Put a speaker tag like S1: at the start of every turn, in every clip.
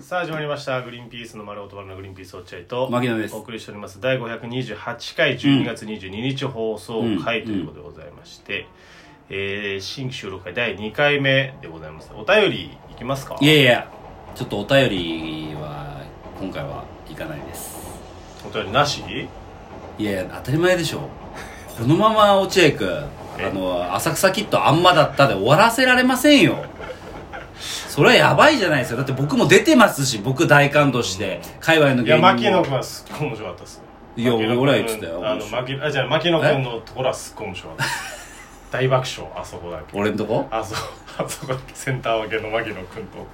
S1: さあ始まりました「グリーンピースの丸音丸のグリーンピース落合」と
S2: 牧野です
S1: お送りしております第528回12月22日放送回ということでございまして、えー新規収録会第2回目でございますお便りいきますか
S2: いやいやちょっとお便りは今回はいかないです
S1: お便りなし
S2: いやいや当たり前でしょこのまま落合君あの浅草キッドあんまだったで終わらせられませんよそれはやばいじゃないですかだって僕も出てますし僕大感動して界隈の
S1: い
S2: 芸
S1: や
S2: 人も
S1: 牧野君はすっごい面白かったです
S2: いや
S1: 牧野君
S2: 俺は言ってたよ
S1: あの牧あじゃあ牧野君のところはすっごい面白かったです大爆笑あそこだけ
S2: 俺んとこ
S1: あそこあそこだけセンター分けの牧野君と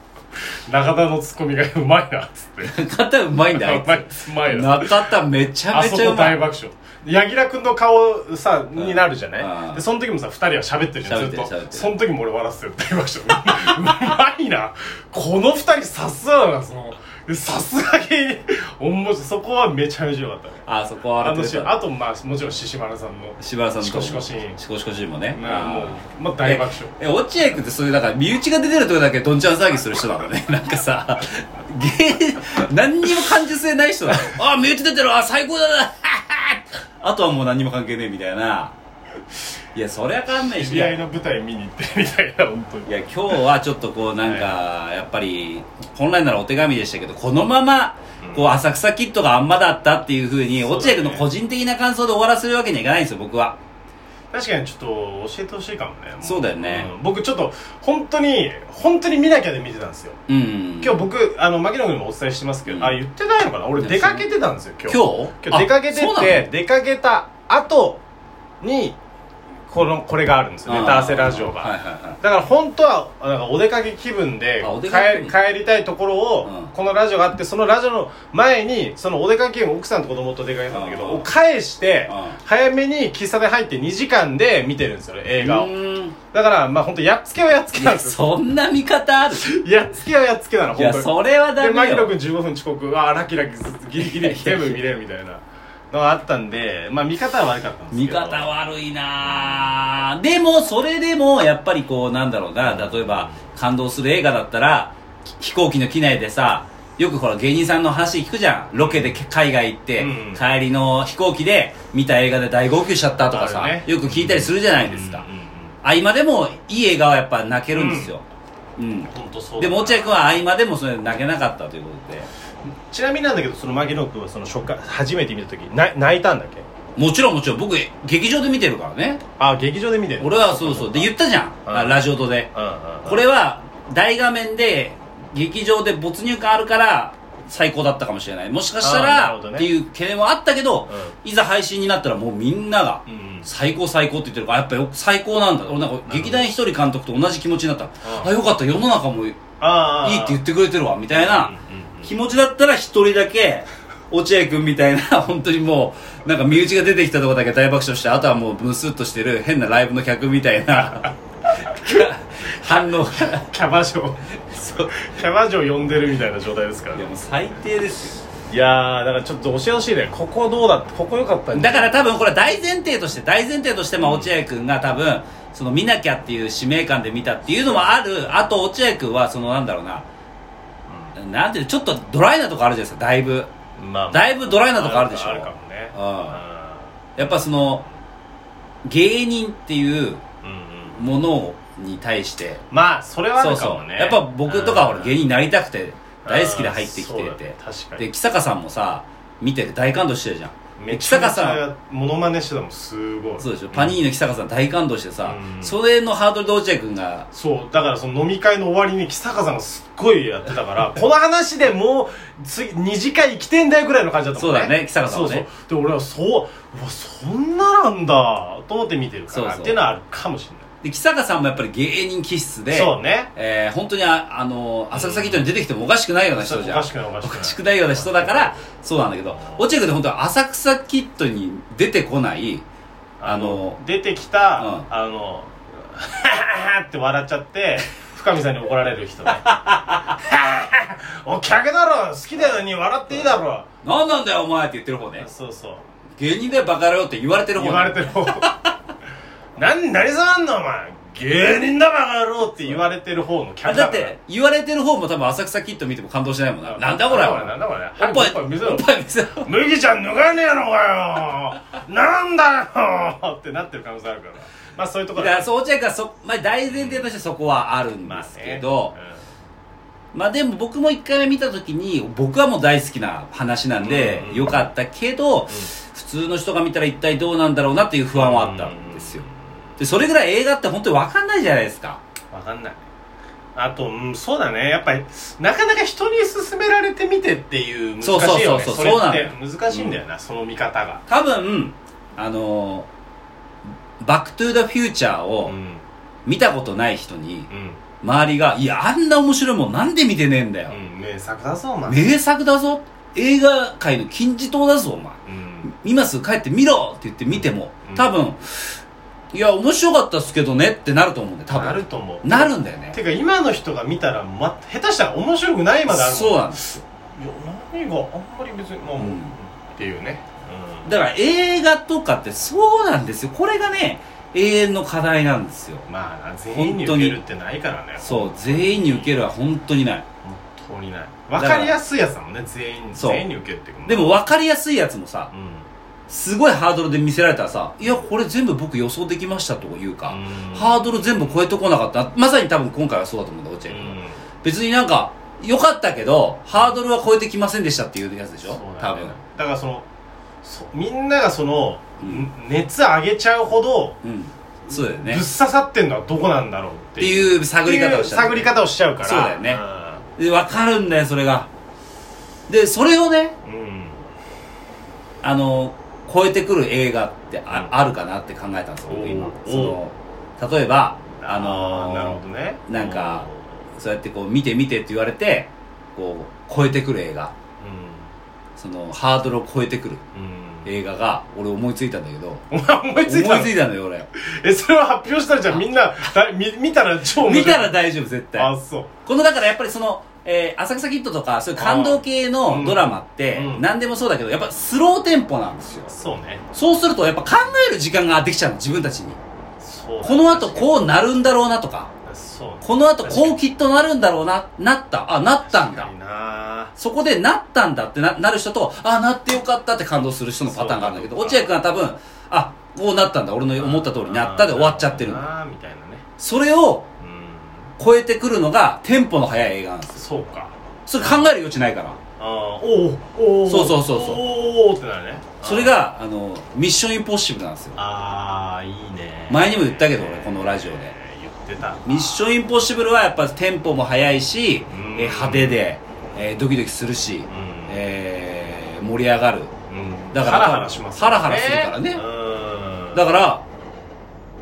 S1: 中田のツッコミがうまいなっつって
S2: 中田うまいんだあいつ
S1: うまいな
S2: 中田めちゃ
S1: あ
S2: め
S1: そ
S2: ちゃ
S1: こ
S2: うま
S1: 大
S2: い
S1: 爆笑柳楽君の顔さになるじゃな
S2: う
S1: い
S2: ん
S1: でその時もさ2人は喋ってるじゃん
S2: 喋
S1: ず
S2: って
S1: っ
S2: る
S1: と
S2: 喋ってる
S1: その時も俺笑ってたよ大爆笑うまいなこの2人さすがだなそのでさすが芸人面白いそこはめちゃめちゃ良かったね
S2: あそこは
S1: あ
S2: 笑
S1: の
S2: ってく
S1: シ
S2: れ
S1: ーンあ
S2: た
S1: とまあもちろん獅子丸さんの
S2: 柴原さんの
S1: シコシコシーン
S2: シコシコシーンもね
S1: まあもう
S2: あー
S1: まあ大爆笑
S2: ええ落合君ってそういうだから身内が出てるとこだけどんちゃん騒ぎする人なのね なんかさ芸何にも感受性ない人なの あ身内出てるあ最高だな あとはもう何にも関係ねえみたいないやそりゃかんない
S1: 知
S2: し
S1: り合い
S2: い
S1: の舞台見に行ってみたいな本当に
S2: や今日はちょっとこうなんかやっぱり本来ならお手紙でしたけどこのままこう浅草キッドがあんまだったっていうふうに
S1: そうだね
S2: 落合君の個人的な感想で終わらせるわけにはいかないんですよ僕は
S1: 確かにちょっと教えてほしいかもねも
S2: そうだよね
S1: ん僕ちょっと本当に本当に見なきゃで見てたんですよ
S2: うん
S1: 今日僕あの牧野君にもお伝えしてますけど、
S2: うん
S1: あ言ってないのかな俺出かけてたんですよ今日
S2: 今日
S1: 今日出かけて
S2: あそうな
S1: て
S2: の
S1: 出かけた後にこのこれがあるんですよネタ合わせラジオが、
S2: はいはいはい
S1: だから本当はなんかお出かけ気分で
S2: あお
S1: 帰
S2: 出かけ気分
S1: 帰りたいところを、
S2: うん
S1: このラジオがあってそのラジオの前にそのお出かけ気分奥さんと子供と出かけたんだけど
S2: うん
S1: を返して
S2: う
S1: 早めに喫茶店入って2時間で見てるんですよね映画を
S2: うん
S1: だからまあ本当やっつけはやっつけ
S2: い
S1: なん
S2: や、
S1: です
S2: そんな見方ある
S1: よやっつけはやっつけなの
S2: い
S1: 本
S2: や、
S1: 当に
S2: それは
S1: で
S2: ダメ
S1: 牧野
S2: よ。
S1: 君15分遅刻ああラキラキギリギリ全部見れるみたいなのがあったんでまあ見方は悪かったんです
S2: 見
S1: けど
S2: 方悪いなぁ。でも、それでも、やっぱりこう、なんだろうな、例えば、感動する映画だったら、き飛行機の機内でさ、よくほら、芸人さんの話聞くじゃん。ロケでけ海外行って、
S1: うん
S2: 帰りの飛行機で、見た映画で大号泣しちゃったとかさ、
S1: あるね
S2: よく聞いたりするじゃないですか。合間でも、いい映画はやっぱ泣けるんですよ。うん。
S1: 本当そう
S2: でも、落合
S1: 君
S2: 君は合間でもそれ泣けなかったということで。
S1: ちなみになんだけどその牧野君はその初回初めて見た時な泣いたんだっけ
S2: もちろんもちろん、僕、劇場で見てるからね。
S1: あ劇場で見てる
S2: 俺はそうそうで言ったじゃん、
S1: うん
S2: あラジオとで、
S1: うんうんうん
S2: これは大画面で劇場で没入感あるから最高だったかもしれないもしかした
S1: あーなる
S2: ら、
S1: ほどね
S2: っていう懸念もあったけど、いざ配信になったらもうみんなが
S1: うんうん
S2: 最高最高って言ってるからやっぱよ最高なんだ俺なんか劇団ひとり監督と同じ気持ちになった
S1: うん
S2: あよかった世の中もいい
S1: ああ
S2: って言ってくれてるわみたいな、
S1: うんうんうん
S2: 気持ちだったら一人だけ落合君みたいな 本当にもうなんか身内が出てきたとこだけ大爆笑してあとはもうムスッとしてる変なライブの客みたいな 反応が
S1: キャバ嬢
S2: そう
S1: キャバ嬢呼んでるみたいな状態ですから
S2: いや
S1: ね
S2: もう最低です
S1: いやーだからちょっと教えてほしいねここどうだったここ良かった
S2: よ
S1: んじゃ
S2: だから多分これは大前提として大前提としてまあ落合君が多分その見なきゃっていう使命感で見たっていうのもあるあと落合君はそのなんだろうな、なんていうのちょっとドライなとこあるじゃないですかだいぶ
S1: ないまあ
S2: だいぶドライなとこあるでしょ
S1: あるかもね
S2: やっぱその芸人っていう
S1: うんうんうん
S2: ものに対して
S1: まあそれはあ
S2: そ
S1: る
S2: う
S1: か
S2: そ
S1: も
S2: う
S1: ね
S2: やっぱ僕とかは
S1: うん
S2: 芸人になりたくて大好きで入ってき
S1: そう
S2: て
S1: だね
S2: て
S1: 確か
S2: で
S1: に
S2: 木坂さんもさ見てて大感動してるじゃんで
S1: め
S2: 木
S1: ちゃめ
S2: 坂
S1: ち
S2: さん
S1: ゃモノマネしてたもんすごい
S2: そうでしょパニーニの木坂さん大感動してさ
S1: うん
S2: それのハードルで落合君が
S1: そうだからその飲み会の終わりに木坂さんがすっごいやってたから この話でもう次2次会来てんだよぐらいの感じだったもんね
S2: そうだね木坂さんはね
S1: そうそうで俺はそううわそんななんだと思って見てるから
S2: そうそう
S1: っていうのはあるかもしれ
S2: で木坂さんもやっぱり芸人気質
S1: ない
S2: で
S1: そうね
S2: えー本当にああの浅草キッドに出てきてもおかしくないような人じゃん
S1: おかしくないおかし
S2: お
S1: くない
S2: かしくないような人だからそうなんだけど落合君って本当は浅草キッドに出てこないあの
S1: 出てきた、
S2: うん
S1: あのって笑っちゃって深見さんに怒られる人ねお客だろ好きだよに笑っていいだろ
S2: なんなんだよお前って言ってる方ね
S1: そうそう
S2: 芸人だよバカ野郎って言われてる方
S1: 言われてる方なん何さんのお前芸人だバカ野郎って言われてる方のキャ
S2: あ
S1: ラだ
S2: だ
S1: か
S2: っ
S1: ら
S2: て言われてる方も多分浅草キッド見ても感動しないもんななんだこれ
S1: なんだこれ
S2: おっぱい
S1: おっぱい見せ
S2: お
S1: ろ
S2: っぱい見 せろ
S1: 麦ちゃん脱がねえのかよなんだよってなってる可能性あるからまあそういうとこ
S2: だ
S1: ろ
S2: からそう落合君はそ、まあ、大前提としてそこはあるんですけど、まあでも僕も1回目見た時に僕はもう大好きな話なんで
S1: うんうん
S2: よかったけど、普通の人が見たら一体どうなんだろうなっていう不安はあったんですよでそれぐらい映画って本当に分かんないじゃないですか
S1: 分かんないあと、うん、そうだねやっぱりなかなか人に勧められてみてっていう難しいよね
S2: そうそうそうそう
S1: れって
S2: そうなのよ
S1: 難しいんだよな、その見方が
S2: 多分あのーバックトゥーザフューチャー
S1: う
S2: を
S1: ん
S2: 見たことない人に
S1: うん
S2: 周りが「いやあんな面白いもんなんで見てねえんだよ、
S1: うん名作だぞお前、
S2: 名作だぞ映画界の金字塔だぞお前
S1: うん
S2: 今すぐ帰って見ろって言って見ても
S1: うん
S2: 多分、いや面白かったっすけどねってなると思うんだよ多分
S1: なると思う
S2: なるんだよね
S1: てか今の人が見たら、ま、下手したら面白くないまであるもん
S2: そうなんですよ
S1: いや何があんまり別にまあ、
S2: うん
S1: っていうね、うん、
S2: だから映画とかってそうなんですよこれがね永遠の課題なんですよ
S1: まあ全員に受けるってないからね
S2: そう全員に受けるは本当にない
S1: 本当にない分かりやすいやつだもんね全員
S2: そう
S1: 全員に受けるっていうか
S2: でも分かりやすいやつもさ
S1: うん
S2: すごいハードルで見せられたらさいやこれ全部僕予想できましたというか、
S1: うん
S2: ハードル全部超えてこなかったまさに多分今回はそうだと思うんだ落合
S1: う
S2: 君、
S1: ん
S2: 別になんか良かったけどハードルは超えてきませんでしたっていうやつでしょ
S1: そう
S2: 多
S1: だね
S2: 分
S1: だからそのそみんながその、
S2: うん
S1: 熱上げちゃうほど
S2: うんそうだよ
S1: ぶっ
S2: ね
S1: 刺さってんのはどこなんだろうっ
S2: ってて
S1: いう
S2: いう探り方をした
S1: っていう探り方をしちゃうから
S2: そうだよねで分かるんだよそれがでそれをね
S1: うん、うん
S2: あの超えてくる映画って
S1: う
S2: あ,、
S1: ん
S2: あるかなって考えたんです
S1: お
S2: 僕
S1: う
S2: 今
S1: おう
S2: その例えばあの
S1: ーなるほどね
S2: なんかそうやってこう見て見てって言われてこう超えてくる映画そのハードルを超えてくる
S1: うん、うん
S2: 映画が俺思いついたんだけど
S1: お前思いつい
S2: 思
S1: た
S2: い
S1: の
S2: ついたのよ俺
S1: えそれは発表したらじゃあみんなだ見見たら超面白い
S2: 見たら大丈夫絶対
S1: あそう
S2: このだからやっぱりその、えー浅草キッドとかそういう感動
S1: あ
S2: 系
S1: ーう
S2: の
S1: ん
S2: ドラマって、
S1: うん
S2: 何でもそうだけどやっぱスローテンポなんですよ
S1: そうね
S2: そうするとやっぱ考える時間ができちゃうの自分たちに
S1: そうだ
S2: この後こうなるんだろうなとか
S1: そうね
S2: この後こうきっとなるんだろうななったあなったん
S1: 確か
S2: だ
S1: にな
S2: そこでなったんだってななる人とあなってよかったって感動する人のパターンがあるんだけど
S1: そう
S2: 落合君は多分あこうなったんだ俺の思った通りになったで終わっちゃってるんだ
S1: なみたいなね
S2: それを
S1: うん
S2: 超えてくるのがテンポの速い映画なんです
S1: そうか
S2: それ考える余地ないから
S1: あーおーおお
S2: そうそうそうそう
S1: おおってなるね
S2: それがあのミッションインポッシブルなんですよ
S1: あーあーいいね
S2: 前にも言ったけど俺このラジオで
S1: えー言ってた
S2: ミッションインポッシブルはやっぱテンポも速いし
S1: うん、
S2: えー派手で、えードキドキするし、
S1: うん
S2: えー盛り上がる
S1: うん
S2: だから
S1: ハラハラします
S2: ハラハラするからね
S1: うん
S2: だから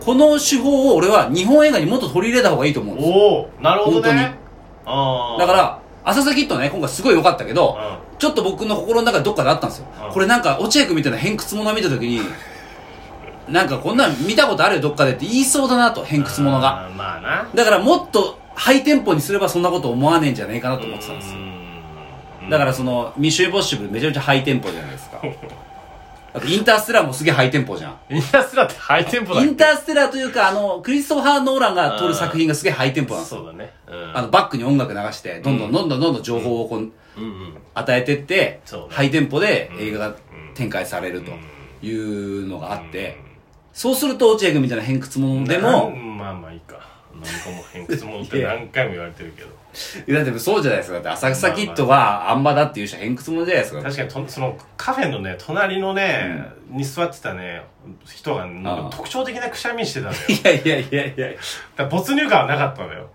S2: この手法を俺は日本映画にもっと取り入れた方がいいと思うんですよ
S1: おおなるほどねあー
S2: だから浅草キッドね今回すごい良かったけど
S1: うん
S2: ちょっと僕の心の中でどっかであったんですよ
S1: うん
S2: これなんか落合君みたいな偏屈者見た時になんかこんなん見たことあるよどっかでって言いそうだなと偏屈者が
S1: あーまあな
S2: だからもっとハイテンポにすればそんなこと思わねえんじゃねえかなと思ってたんですよだからその「ミッション・インポッシブル」めちゃめちゃハイテンポじゃないで すかあとインターステラーもすげえハイテンポじゃん
S1: インターステラーってハイテンポだっ
S2: イ
S1: け
S2: ンターステラーというかあのクリストファー・ノーランが撮る作品がすげえハイテンポなんですよ
S1: そうだねう
S2: あのバックに音楽流してどんどんどんどんどんどん情報をこうん
S1: うんうん
S2: 与えてって
S1: そうね
S2: ハイテンポで
S1: うん
S2: 映画が展開されるというのがあってそうすると落合君みたいな偏屈
S1: う
S2: 者
S1: ん
S2: で
S1: な
S2: も
S1: んまあまあいいか何かも偏屈者って何回も言われてるけど
S2: いやでもそうじゃないですかだって浅草キッドはあんまだっていう人は偏屈者じゃないですか
S1: 確かにとそのカフェのね隣のね、に座ってたね人がなんか
S2: ああ
S1: 特徴的なくしゃみしてたのよ
S2: いやいやいやいや
S1: だから没入感はなかったのよ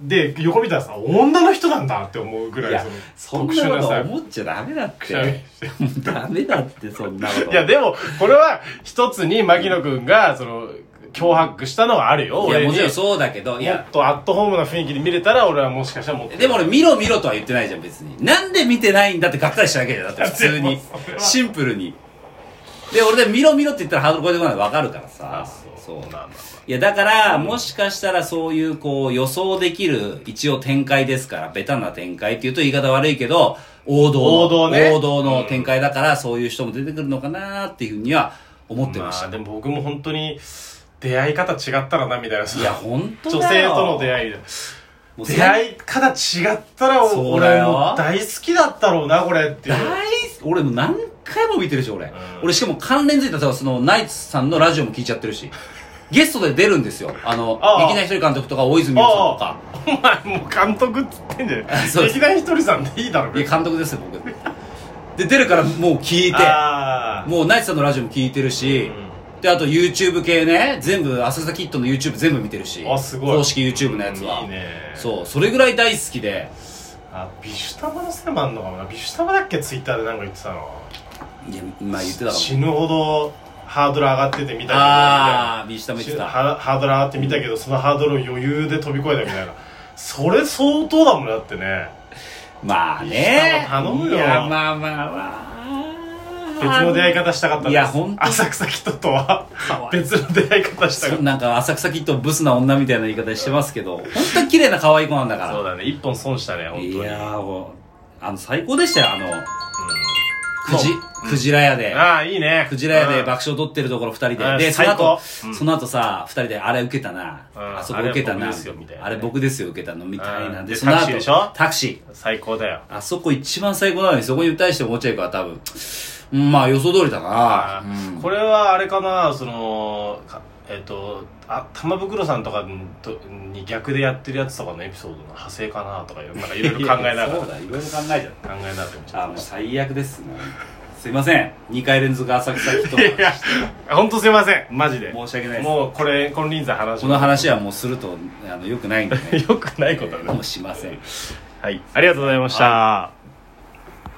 S1: で横見たらさ女の人なんだって思うぐら
S2: い
S1: い
S2: や
S1: そ
S2: そ
S1: の
S2: ん
S1: 特
S2: な
S1: 殊
S2: こ
S1: な
S2: と
S1: さ
S2: 思っちゃダメだっ
S1: くしゃみ
S2: てもうダメだってそんなこと
S1: いや、でも、これは、一つに、牧野くんが、その、脅迫したのはあるよ、
S2: い
S1: 俺
S2: や
S1: に。
S2: もちろんそうだけどい
S1: も
S2: や
S1: っとアットホームな雰囲気で見れたら、俺はもしかしたらもっと。
S2: でも俺見ろ見ろとは言ってないじゃん別になんで見てないんだってがっかりしただけじゃんだって普
S1: い
S2: 通
S1: や
S2: に
S1: でもそれは
S2: シンプルにで俺で見ろ見ろって言ったらハードル超えてこないの分かるからさ
S1: あそう
S2: そう
S1: まあまあま
S2: いやだからもしかしたらそういうこう予想できる一応展開ですからベタな展開っていうと言い方悪いけど王道の
S1: 王道ね
S2: 王道の展開だからそういう人も出てくるのかなっていうふうには思ってました、
S1: あでも僕も本当に、出会い方違ったらなみたいなさ
S2: いや本当
S1: 女
S2: だ
S1: 性
S2: よ
S1: との出会いで
S2: もう
S1: 出会い方違ったらお
S2: そうだ
S1: 俺
S2: よ
S1: も大好きだったろうなこれっていう
S2: 大俺もう何回も見てるし俺、俺しかも関連づいたさそのナイツさんのラジオも聞いちゃって るしゲストで出るんですよあの
S1: ああ
S2: 劇団ひとり監督とか大泉洋さんとか
S1: お前もう監督っつってんじゃない
S2: そうです
S1: 劇団ひとりさんでいいだろ
S2: いや監督ですよ僕で出るからもう聞いて
S1: あー
S2: もうナイツさんのラジオも聞いてるし、であと YouTube 系ね全部浅草キッドの YouTube 全部見てるし
S1: あすごい
S2: 公式 YouTube のやつは、
S1: いいね
S2: そうそれぐらい大好きで
S1: あビシュタマのせいもあんのかもなビシュタマだっけツイッターでなんか言ってたの
S2: いやまあ言ってたかも
S1: 死ぬほどハードル上がっててみたいな
S2: ああビシタも言っ
S1: 死
S2: て
S1: ぬ
S2: た
S1: ハハードル上がってみたけどそのハードルを余裕で飛び越えたみたいなそれ相当だもんねだってね
S2: まあね。
S1: 下の頼むよ
S2: いや、まあまあ
S1: 別
S2: まあ。
S1: の出会い方したかったんです
S2: いや本当
S1: 浅草キッドとは
S2: かわいい
S1: 別の出会い方したか
S2: そ
S1: っ
S2: うなんか浅草キッドブスな女みたいな言い方してますけど、本当に綺麗な可愛い子なんだ
S1: たそう
S2: か
S1: だね一本損したね
S2: ら。
S1: 本当
S2: い
S1: に
S2: やーもう、あの、最高でしたよ、あの、
S1: うん
S2: くじ
S1: そう、
S2: クジラ屋で。
S1: ああいいね
S2: クジラ屋で
S1: うん
S2: 爆笑取ってるところ二人
S1: う
S2: で。
S1: ん
S2: で、そ
S1: 最
S2: の後
S1: 高、うん
S2: その後さ、二人で、あれ受けたな。
S1: うん
S2: あそこ受けた
S1: あ
S2: な。
S1: れ僕ですよみたいなね
S2: あれ僕ですよ、受けたの、みたいうな。
S1: ん
S2: で、
S1: で
S2: その
S1: タク
S2: 後
S1: シーでしょ、
S2: タクシー。
S1: 最高だよ
S2: あそこ一番最高なのに、そこに対して落合君は多分、うんまあ予想通りだな。うん
S1: これはあれかなそのかえっ、とあ玉袋さんとかにとに逆でやってるやつとかのエピソードの派生かなとかいうなんかいろいろ考えながら
S2: そう
S1: 考
S2: だいろいろ考えちゃっ
S1: えながらって思っち
S2: た
S1: ゃ
S2: あもう最悪ですねすいません2回連続浅草キッドの
S1: ったいや本当すいませんマジで
S2: 申し訳ないです
S1: もうこれこの人数話し
S2: こ
S1: ま
S2: の
S1: す
S2: 話はもうするとあのよくないんでね
S1: よくないこと
S2: え
S1: だ
S2: ー
S1: ね
S2: もうしません
S1: はいありがとうございました、
S2: は